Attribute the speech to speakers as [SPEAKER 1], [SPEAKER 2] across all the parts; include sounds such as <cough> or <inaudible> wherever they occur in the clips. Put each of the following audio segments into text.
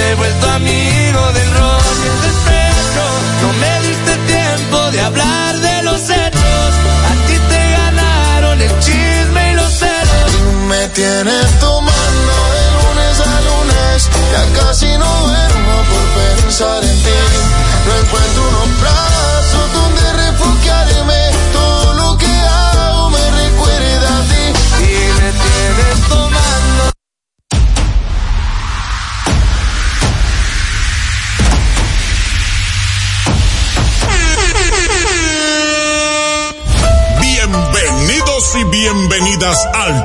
[SPEAKER 1] he vuelto amigo del rock y el despecho. No me diste tiempo de hablar de los hechos. A ti te ganaron el chisme y los celos.
[SPEAKER 2] Me tienes tomando de lunes a lunes. Ya casi no duermo por pensar en ti. No encuentro unos brazos donde refugiarme. Todo lo que hago me recuerda a ti.
[SPEAKER 1] Y me tienes tomando.
[SPEAKER 3] Bienvenidos y bienvenidas al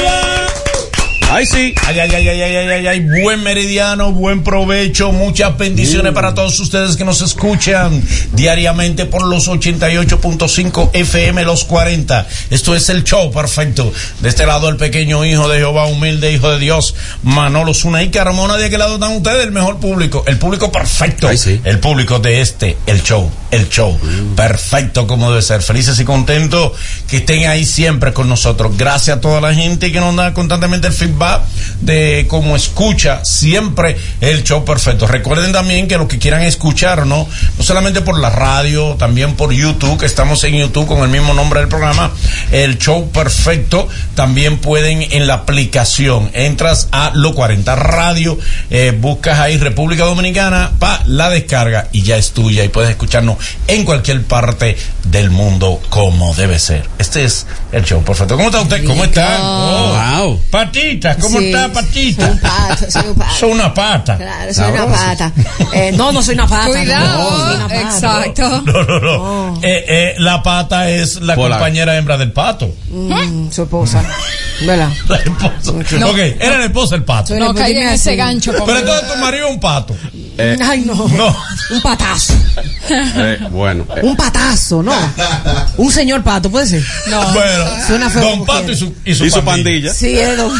[SPEAKER 4] Ay, sí. Ay, ay, ay, ay, ay, ay, ay, ay. Buen meridiano, buen provecho. Muchas bendiciones para todos ustedes que nos escuchan diariamente por los 88.5 FM, los 40. Esto es el show perfecto. De este lado, el pequeño hijo de Jehová, humilde hijo de Dios, Manolo Zuna y Carmona. ¿De qué lado están ustedes? El mejor público, el público perfecto.
[SPEAKER 5] Ay, sí. Mm.
[SPEAKER 4] El público de este, el show, el show. Perfecto como debe ser. Felices y contentos que estén ahí siempre con nosotros. Gracias a toda la gente que nos da constantemente el feedback va de cómo escucha siempre el show perfecto. Recuerden también que los que quieran escuchar, ¿no? No solamente por la radio, también por YouTube, que estamos en YouTube con el mismo nombre del programa, el show perfecto, también pueden en la aplicación. Entras a Lo 40 Radio, eh, buscas ahí República Dominicana, pa, la descarga y ya es tuya y puedes escucharnos en cualquier parte del mundo como debe ser. Este es el show perfecto. ¿Cómo está usted? ¿Cómo está?
[SPEAKER 5] Oh, wow.
[SPEAKER 4] Patita, ¿Cómo
[SPEAKER 6] Sí,
[SPEAKER 4] está
[SPEAKER 6] Soy un
[SPEAKER 4] Patita?
[SPEAKER 6] pato, soy un pato.
[SPEAKER 4] Soy una pata.
[SPEAKER 6] Claro, soy una pata. Eh, no, no soy una pata. no, no soy una
[SPEAKER 7] Cuidado,
[SPEAKER 6] pata.
[SPEAKER 7] exacto.
[SPEAKER 4] <laughs> No, no,
[SPEAKER 6] Oh.
[SPEAKER 4] no. Eh, eh, la pata es la
[SPEAKER 5] Polar.
[SPEAKER 4] compañera hembra del pato. <laughs>
[SPEAKER 6] Mm, su esposa. ¿Verdad?
[SPEAKER 4] La esposa. ok, era la esposa del pato.
[SPEAKER 6] Soy
[SPEAKER 7] No
[SPEAKER 6] dime
[SPEAKER 7] caigan en ese
[SPEAKER 6] así.
[SPEAKER 7] gancho.
[SPEAKER 4] Pero
[SPEAKER 7] conmigo.
[SPEAKER 4] entonces tu marido es un pato.
[SPEAKER 6] Ay, no.
[SPEAKER 4] No.
[SPEAKER 6] Un patazo.
[SPEAKER 5] Eh, bueno. eh,
[SPEAKER 6] Un patazo, no. Un señor pato, puede ser.
[SPEAKER 7] No.
[SPEAKER 4] Bueno,
[SPEAKER 6] Suena feo
[SPEAKER 4] don
[SPEAKER 6] como
[SPEAKER 4] Pato
[SPEAKER 6] quiera.
[SPEAKER 4] y su, y su
[SPEAKER 5] y su
[SPEAKER 4] pandilla.
[SPEAKER 5] pandilla.
[SPEAKER 6] Sí, es don.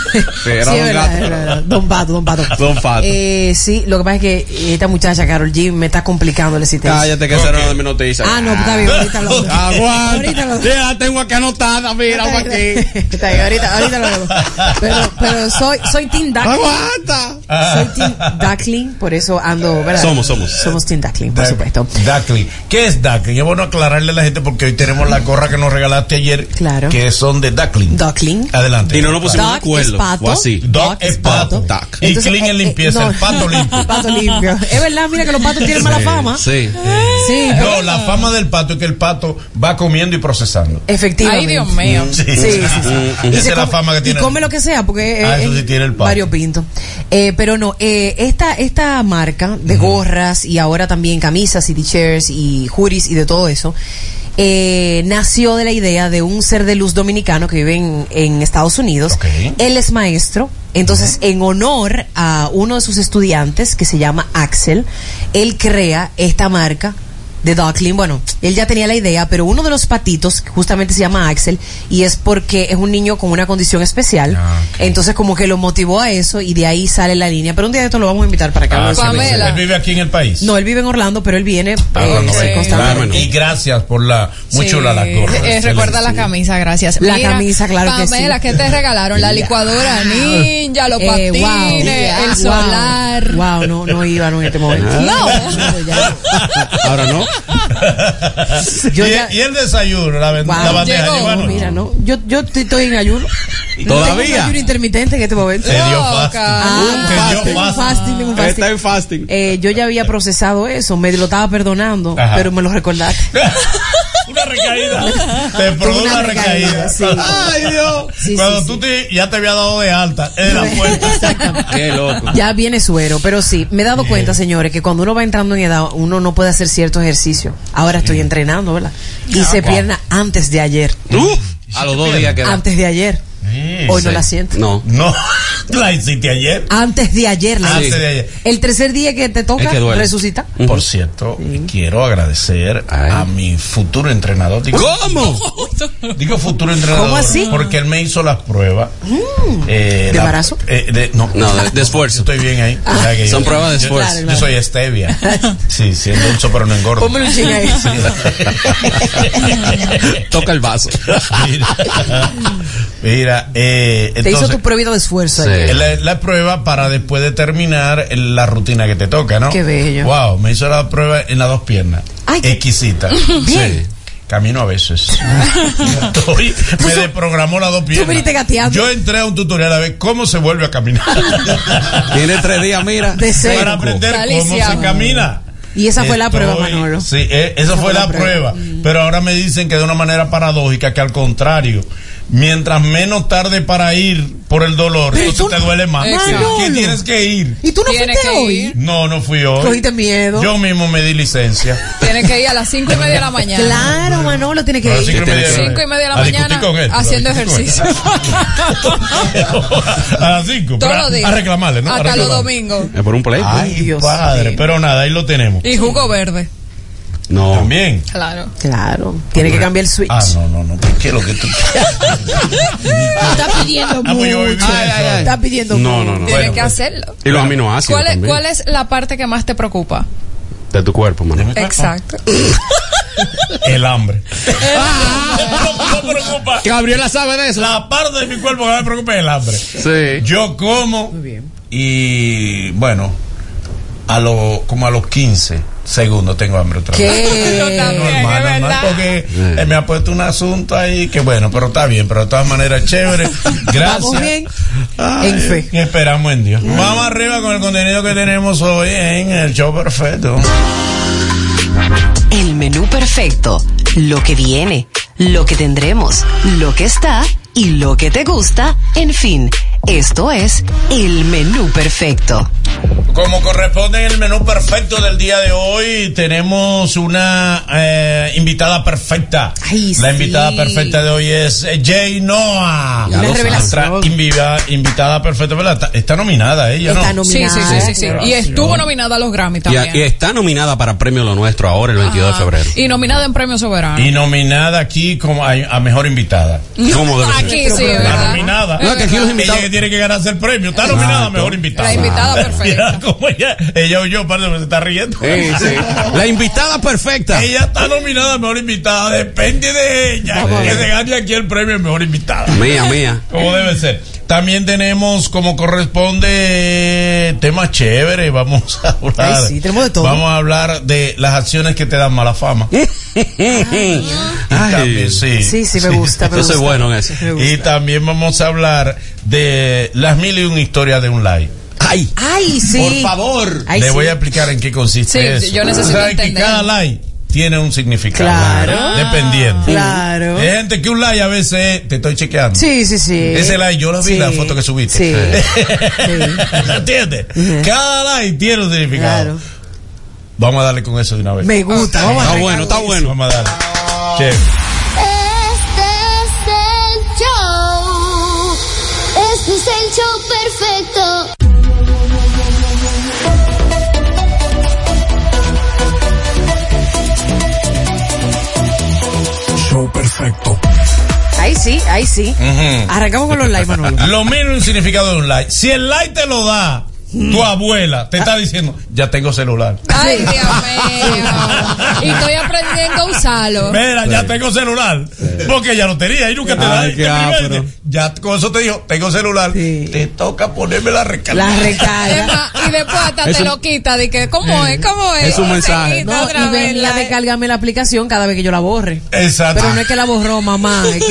[SPEAKER 6] Sí,
[SPEAKER 5] era
[SPEAKER 6] es
[SPEAKER 5] don
[SPEAKER 6] verdad,
[SPEAKER 5] Gato.
[SPEAKER 6] es verdad. Don Pato, don Pato.
[SPEAKER 5] Don Pato.
[SPEAKER 6] Eh, sí, lo que pasa es que esta muchacha, Carol G, me está complicando la existencia.
[SPEAKER 5] Cállate que esa no era de mi noticia.
[SPEAKER 6] Ah, no, está bien, ahorita lo Ahorita
[SPEAKER 5] Aguanta.
[SPEAKER 6] lo
[SPEAKER 5] Ya la tengo aquí anotada, mira, algo
[SPEAKER 6] <laughs>
[SPEAKER 5] aquí.
[SPEAKER 6] Está bien, ahorita, ahorita lo vemos. Pero, pero soy, soy Tim Duckling.
[SPEAKER 5] Aguanta.
[SPEAKER 6] Soy Tim Duckling, por eso ando, ¿verdad?
[SPEAKER 5] Somos, somos.
[SPEAKER 6] Somos Tim Duckling, por supuesto.
[SPEAKER 4] Duckling. ¿Qué es Duckling? Es bueno aclararle a la gente porque hoy tenemos la gorra que nos regalaste ayer.
[SPEAKER 6] Claro.
[SPEAKER 4] Que son de Duckling.
[SPEAKER 6] Duckling.
[SPEAKER 4] Adelante.
[SPEAKER 5] Y no nos pusimos de
[SPEAKER 6] Duck es
[SPEAKER 5] acuerdo.
[SPEAKER 6] pato.
[SPEAKER 5] O así.
[SPEAKER 4] Duck es pato.
[SPEAKER 5] Duck.
[SPEAKER 4] Y clean es
[SPEAKER 6] eh, eh,
[SPEAKER 4] limpieza,
[SPEAKER 6] no.
[SPEAKER 4] el
[SPEAKER 6] <laughs>
[SPEAKER 4] pato limpio.
[SPEAKER 6] Pato limpio. Es verdad, mira que los patos tienen mala fama.
[SPEAKER 5] Sí.
[SPEAKER 6] Sí, pero-
[SPEAKER 4] No, la fama del pato es que el pato va comiendo y procesando.
[SPEAKER 6] efectivamente.
[SPEAKER 7] Ay, Dios mío.
[SPEAKER 4] <laughs>
[SPEAKER 6] Sí, sí, sí.
[SPEAKER 4] Esa
[SPEAKER 6] Y
[SPEAKER 4] es
[SPEAKER 6] se
[SPEAKER 4] la
[SPEAKER 6] come-
[SPEAKER 4] fama que tiene.
[SPEAKER 6] Y come lo que sea, porque
[SPEAKER 4] Ah,
[SPEAKER 6] eh,
[SPEAKER 4] eso sí
[SPEAKER 6] es
[SPEAKER 4] tiene el pato.
[SPEAKER 6] variopinto. Eh, pero no, eh, esta, esta marca de gorras y ahora también camisas y t-shirts y juris y de todo eso, eh, nació de la idea de un ser de luz dominicano que vive en, en Estados Unidos.
[SPEAKER 4] Ok.
[SPEAKER 6] Él es maestro. Entonces, en honor a uno de sus estudiantes, que se llama Axel, él crea esta marca de Duckling. Bueno, él ya tenía la idea, pero uno de los patitos justamente se llama Axel y es porque es un niño con una condición especial.
[SPEAKER 4] Ah, ok.
[SPEAKER 6] Entonces, como que lo motivó a eso y de ahí sale la línea. Pero un día de esto lo vamos a invitar para que
[SPEAKER 4] Ah,
[SPEAKER 6] hable
[SPEAKER 4] sí,
[SPEAKER 6] sobre
[SPEAKER 7] Pamela.
[SPEAKER 6] eso.
[SPEAKER 4] Él vive aquí en el país.
[SPEAKER 6] No, él vive en Orlando, pero él viene
[SPEAKER 4] Ah,
[SPEAKER 6] eh,
[SPEAKER 4] Orlando,
[SPEAKER 6] sí,
[SPEAKER 4] ok.
[SPEAKER 6] constantemente.
[SPEAKER 5] Vámonos.
[SPEAKER 4] Y gracias por la. Muy
[SPEAKER 7] Sí.
[SPEAKER 4] chula la gorra.
[SPEAKER 7] Eh,
[SPEAKER 4] Excelente.
[SPEAKER 7] recuerda la camisa, gracias.
[SPEAKER 6] La camisa, claro que sí.
[SPEAKER 7] Pamela, ¿qué te regalaron? La licuadora ninja, los
[SPEAKER 6] Eh,
[SPEAKER 7] patines,
[SPEAKER 6] wow.
[SPEAKER 7] el
[SPEAKER 6] Wow.
[SPEAKER 7] solar.
[SPEAKER 6] Wow, no, no iba no, en este momento.
[SPEAKER 4] Ah,
[SPEAKER 6] <laughs>
[SPEAKER 7] No.
[SPEAKER 6] ya.
[SPEAKER 5] Ahora no.
[SPEAKER 6] Yo
[SPEAKER 4] y,
[SPEAKER 6] ya-
[SPEAKER 4] y el desayuno, la, ben-
[SPEAKER 6] Wow.
[SPEAKER 4] la bandeja
[SPEAKER 7] Llegó.
[SPEAKER 4] llegó anoche.
[SPEAKER 6] Mira, no, yo, yo t- estoy en ayuno.
[SPEAKER 5] ¿Todavía?
[SPEAKER 6] Tengo un ayuno intermitente en este momento.
[SPEAKER 4] Te dio
[SPEAKER 7] Loca.
[SPEAKER 4] fácil.
[SPEAKER 6] Ah,
[SPEAKER 4] Te dio
[SPEAKER 6] tengo un
[SPEAKER 4] fácil.
[SPEAKER 6] fasting, tengo un fasting.
[SPEAKER 5] Está en fasting.
[SPEAKER 6] Eh, yo ya había procesado eso, me lo estaba perdonando,
[SPEAKER 4] Ajá.
[SPEAKER 6] pero me lo recordaste.
[SPEAKER 4] una
[SPEAKER 6] <laughs>
[SPEAKER 4] recaída. Te produjo
[SPEAKER 6] una
[SPEAKER 4] una recaída.
[SPEAKER 6] recaída, sí.
[SPEAKER 5] Ay, Dios.
[SPEAKER 6] Sí,
[SPEAKER 4] Cuando
[SPEAKER 6] sí,
[SPEAKER 4] tú
[SPEAKER 6] sí.
[SPEAKER 4] te- ya te había dado de alta, era la
[SPEAKER 6] <laughs>
[SPEAKER 4] puerta.
[SPEAKER 6] Exactamente.
[SPEAKER 5] Qué loco.
[SPEAKER 6] Ya viene suero, pero sí, me he dado cuenta, señores, que cuando uno va entrando en edad, uno no puede hacer cierto ejercicio. Ahora estoy entrenando, ¿verdad? Y se pierna antes de ayer.
[SPEAKER 5] Uf, a los dos días que
[SPEAKER 6] Ah, Antes de ayer.
[SPEAKER 4] Sí,
[SPEAKER 6] Hoy no
[SPEAKER 4] sí.
[SPEAKER 6] la siento.
[SPEAKER 5] No.
[SPEAKER 4] No, <laughs> la hiciste ayer.
[SPEAKER 6] Antes de ayer la
[SPEAKER 4] Antes
[SPEAKER 6] hice.
[SPEAKER 4] de ayer.
[SPEAKER 6] El tercer día que te toca,
[SPEAKER 5] Es que duele.
[SPEAKER 6] resucita.
[SPEAKER 4] Por cierto, quiero agradecer
[SPEAKER 5] Ay.
[SPEAKER 4] a mi futuro entrenador. Digo,
[SPEAKER 5] ¿Cómo?
[SPEAKER 4] digo futuro entrenador
[SPEAKER 6] ¿Cómo así? Mm.
[SPEAKER 4] porque él me hizo las pruebas.
[SPEAKER 6] ¿De embarazo?
[SPEAKER 4] eh, de- no,
[SPEAKER 5] No, de- de esfuerzo.
[SPEAKER 4] Estoy bien ahí.
[SPEAKER 6] Ah.
[SPEAKER 4] O sea que
[SPEAKER 5] Son
[SPEAKER 4] yo-
[SPEAKER 5] pruebas de
[SPEAKER 4] yo-
[SPEAKER 5] esfuerzo.
[SPEAKER 4] Yo, soy stevia.
[SPEAKER 6] <laughs>
[SPEAKER 4] Sí, sí, es dulce pero no engordo.
[SPEAKER 6] Pónmelo un ching ahí.
[SPEAKER 5] <laughs> Toca el vaso.
[SPEAKER 4] <laughs> Mira, <laughs> mira, eh,
[SPEAKER 6] Te hizo
[SPEAKER 4] entonces,
[SPEAKER 6] tu prohibido esfuerzo.
[SPEAKER 5] Sí.
[SPEAKER 6] ayer.
[SPEAKER 4] eh, la, la prueba para después determinar la rutina que te toca, ¿no?
[SPEAKER 6] Qué bello.
[SPEAKER 4] Wow, me hizo la prueba en las dos piernas.
[SPEAKER 6] Ay, qué-
[SPEAKER 4] Exquisita.
[SPEAKER 6] <laughs> Bien.
[SPEAKER 4] Camino a
[SPEAKER 6] <laughs>
[SPEAKER 4] veces. Estoy- me desprogramó las dos piernas.
[SPEAKER 6] viniste gateando.
[SPEAKER 4] Yo entré a un tutorial a ver cómo se vuelve a caminar.
[SPEAKER 5] Tiene tres días, mira.
[SPEAKER 6] De cero.
[SPEAKER 4] Para aprender
[SPEAKER 7] Está
[SPEAKER 4] cómo se
[SPEAKER 7] lisiado.
[SPEAKER 4] camina.
[SPEAKER 6] Y esa fue la
[SPEAKER 4] Estoy-
[SPEAKER 6] prueba, Manolo.
[SPEAKER 4] Sí, eh, esa, fue, la prueba. Pero ahora me dicen que de una manera paradójica, que al contrario, mientras menos tarde para ir por el dolor,
[SPEAKER 6] Pero
[SPEAKER 4] entonces
[SPEAKER 6] tú-
[SPEAKER 4] te duele más.
[SPEAKER 6] Manolo.
[SPEAKER 4] ¿Qué tienes que ir?
[SPEAKER 6] ¿Y tú no
[SPEAKER 7] Tiene
[SPEAKER 6] fuiste
[SPEAKER 7] que
[SPEAKER 6] hoy?
[SPEAKER 7] ir.
[SPEAKER 4] No, no fui hoy.
[SPEAKER 6] Cogiste miedo.
[SPEAKER 4] Yo mismo me di licencia.
[SPEAKER 7] Tienes que ir a las cinco y media de la mañana.
[SPEAKER 6] Claro, Manolo tiene
[SPEAKER 4] A
[SPEAKER 6] que
[SPEAKER 4] las
[SPEAKER 6] ir.
[SPEAKER 4] cinco
[SPEAKER 5] tiene que ir.
[SPEAKER 7] Cinco y media de la
[SPEAKER 4] a discutir
[SPEAKER 7] mañana
[SPEAKER 4] con él, pero a
[SPEAKER 7] haciendo
[SPEAKER 4] discutir
[SPEAKER 7] ejercicio.
[SPEAKER 4] con él. <laughs> a las 5.
[SPEAKER 7] <laughs> Todos los días.
[SPEAKER 4] A reclamarle, ¿no? A
[SPEAKER 7] Hasta los
[SPEAKER 4] reclamarle.
[SPEAKER 7] domingos.
[SPEAKER 5] ¿Es por un play?
[SPEAKER 4] Ay, padre. Pero nada, ahí lo tenemos.
[SPEAKER 7] Y jugo verde.
[SPEAKER 5] No.
[SPEAKER 4] También.
[SPEAKER 7] Claro.
[SPEAKER 6] Claro, tiene que cambiar el switch.
[SPEAKER 4] Ah, no, no, no. ¿Por qué lo que tú
[SPEAKER 6] Está pidiendo
[SPEAKER 4] Ah, pues yo viví
[SPEAKER 6] mucho.
[SPEAKER 4] eso.
[SPEAKER 5] Ay, ay, ay.
[SPEAKER 6] Está pidiendo
[SPEAKER 5] No,
[SPEAKER 6] mucho.
[SPEAKER 5] no, no.
[SPEAKER 7] Tienes
[SPEAKER 4] Bueno,
[SPEAKER 7] que
[SPEAKER 4] pues,
[SPEAKER 7] hacerlo.
[SPEAKER 5] Y los aminoácidos
[SPEAKER 7] ¿Cuál es,
[SPEAKER 5] también.
[SPEAKER 7] ¿Cuál es la parte que más te preocupa?
[SPEAKER 5] De tu cuerpo, mano.
[SPEAKER 7] Exacto.
[SPEAKER 4] El hambre. no, me preocupa.
[SPEAKER 5] Gabriela sabe de eso.
[SPEAKER 4] La parte de mi cuerpo que me preocupa es el hambre.
[SPEAKER 5] Sí.
[SPEAKER 4] Yo como
[SPEAKER 6] bien.
[SPEAKER 4] y bueno, a los como a los 15 segundos tengo hambre otra vez.
[SPEAKER 7] <laughs> Yo
[SPEAKER 4] No,
[SPEAKER 7] también,
[SPEAKER 6] ¿Qué?
[SPEAKER 4] hermano,
[SPEAKER 7] es
[SPEAKER 4] no,
[SPEAKER 7] verdad.
[SPEAKER 4] porque eh, me ha puesto un asunto ahí que bueno, pero está bien, pero de todas maneras chévere.
[SPEAKER 6] <laughs> Vamos
[SPEAKER 4] Gracias.
[SPEAKER 6] bien. En fe. Mm.
[SPEAKER 4] Y esperamos en Dios. Vamos arriba con el contenido que tenemos hoy en el show perfecto.
[SPEAKER 8] El menú perfecto, lo que viene, lo que tendremos, lo que está y lo que te gusta, en fin, esto es el menú perfecto.
[SPEAKER 4] Como corresponde en el menú perfecto del día de hoy, tenemos una eh, invitada perfecta.
[SPEAKER 6] Ay,
[SPEAKER 4] la
[SPEAKER 6] sí.
[SPEAKER 4] invitada perfecta de hoy es eh, Jay Noah.
[SPEAKER 5] Ya Una lo
[SPEAKER 6] revelación.
[SPEAKER 4] Nuestra inviva- invitada perfecta. ¿verdad? Está, está nominada ella,
[SPEAKER 6] Está
[SPEAKER 4] ¿no?
[SPEAKER 7] Sí,
[SPEAKER 6] nominada.
[SPEAKER 7] sí, sí, sí, sí. Y estuvo nominada a los Grammy
[SPEAKER 5] Y,
[SPEAKER 7] también.
[SPEAKER 5] y está nominada para Premio Lo Nuestro ahora el 22 de febrero.
[SPEAKER 7] Y nominada en Premio
[SPEAKER 6] Ah.
[SPEAKER 7] Soberano.
[SPEAKER 4] Y nominada aquí como a, a mejor invitada.
[SPEAKER 7] <laughs>
[SPEAKER 5] ¿Cómo debe ser?
[SPEAKER 7] Aquí sí,
[SPEAKER 4] Está
[SPEAKER 7] ¿verdad?
[SPEAKER 4] nominada.
[SPEAKER 5] No, que aquí los invitados-
[SPEAKER 4] Ella que tiene que ganarse el premio. Está nominada a mejor invitada. Ah.
[SPEAKER 7] La invitada perfecta.
[SPEAKER 4] <laughs> Mira cómo ella, ella oyó, parte se está riendo.
[SPEAKER 5] Sí, sí. La invitada
[SPEAKER 4] <laughs>
[SPEAKER 5] perfecta.
[SPEAKER 4] Ella está nominada a mejor invitada. Depende de ella que se gane aquí el premio de mejor invitada.
[SPEAKER 5] Mía, mía.
[SPEAKER 4] Como debe ser. También tenemos, como corresponde, temas chéveres. Vamos a hablar.
[SPEAKER 6] Ay, sí, tenemos de todo.
[SPEAKER 4] Vamos a hablar de las acciones que te dan mala fama. Y
[SPEAKER 5] Ay,
[SPEAKER 4] también, sí.
[SPEAKER 6] Sí, sí, me gusta. me
[SPEAKER 5] Yo soy
[SPEAKER 6] gusta.
[SPEAKER 5] bueno en eso.
[SPEAKER 6] Me gusta.
[SPEAKER 4] Y también vamos a hablar de las mil y un historias de un like.
[SPEAKER 5] Ay.
[SPEAKER 6] Ay, sí.
[SPEAKER 5] Por favor.
[SPEAKER 6] Ay,
[SPEAKER 4] Le
[SPEAKER 6] sí.
[SPEAKER 4] voy a explicar en qué consiste
[SPEAKER 7] Sí,
[SPEAKER 4] eso.
[SPEAKER 7] yo necesito
[SPEAKER 4] ¿Saben que
[SPEAKER 7] entender.
[SPEAKER 4] cada like tiene un significado.
[SPEAKER 6] Claro.
[SPEAKER 4] Dependiendo.
[SPEAKER 6] Claro.
[SPEAKER 4] Hay gente que un like a veces es, te estoy chequeando.
[SPEAKER 6] Sí, sí, sí.
[SPEAKER 4] Ese like yo la vi
[SPEAKER 6] Sí.
[SPEAKER 4] la foto que subiste.
[SPEAKER 6] Sí.
[SPEAKER 4] <laughs> ¿Entiendes?
[SPEAKER 6] Ujú.
[SPEAKER 4] Cada like tiene un significado.
[SPEAKER 6] Claro.
[SPEAKER 4] Vamos a darle con eso de una vez. Ah,
[SPEAKER 6] Me gusta. Vamos a
[SPEAKER 5] Está bueno, está bueno.
[SPEAKER 4] Vamos a darle. Che.
[SPEAKER 9] Este es el show. Este es el show perfecto.
[SPEAKER 10] Show perfecto.
[SPEAKER 6] Ahí sí, ahí sí.
[SPEAKER 4] Ujú.
[SPEAKER 6] Arrancamos con los likes,
[SPEAKER 4] <laughs>
[SPEAKER 6] Manolo.
[SPEAKER 4] Lo menos un significado de un like. Si el like te lo da tu abuela, te está diciendo, ya tengo celular.
[SPEAKER 7] Ay, Dios mío. Y estoy aprendiendo a usarlo.
[SPEAKER 4] Mira, ya tengo celular. Porque ya lo tenía y nunca te da.
[SPEAKER 5] Ay,
[SPEAKER 4] y
[SPEAKER 5] qué
[SPEAKER 4] te
[SPEAKER 5] ápero.
[SPEAKER 4] private. Ya con eso te dijo, tengo celular.
[SPEAKER 6] Sí.
[SPEAKER 4] Te toca ponerme la recarga.
[SPEAKER 6] La
[SPEAKER 7] Es
[SPEAKER 6] recarga.
[SPEAKER 7] más, y después hasta
[SPEAKER 5] Es
[SPEAKER 7] te
[SPEAKER 5] un-
[SPEAKER 7] lo quita. De que, ¿Cómo es? ¿Cómo es?
[SPEAKER 5] Es un
[SPEAKER 7] Y se
[SPEAKER 5] mensaje.
[SPEAKER 7] quita
[SPEAKER 6] No,
[SPEAKER 7] otra
[SPEAKER 6] y
[SPEAKER 7] vez
[SPEAKER 6] ven la
[SPEAKER 7] la-
[SPEAKER 6] de cárgame la aplicación cada vez que yo la borre.
[SPEAKER 4] <laughs> Exacto.
[SPEAKER 6] Pero no es que la borró mamá, es que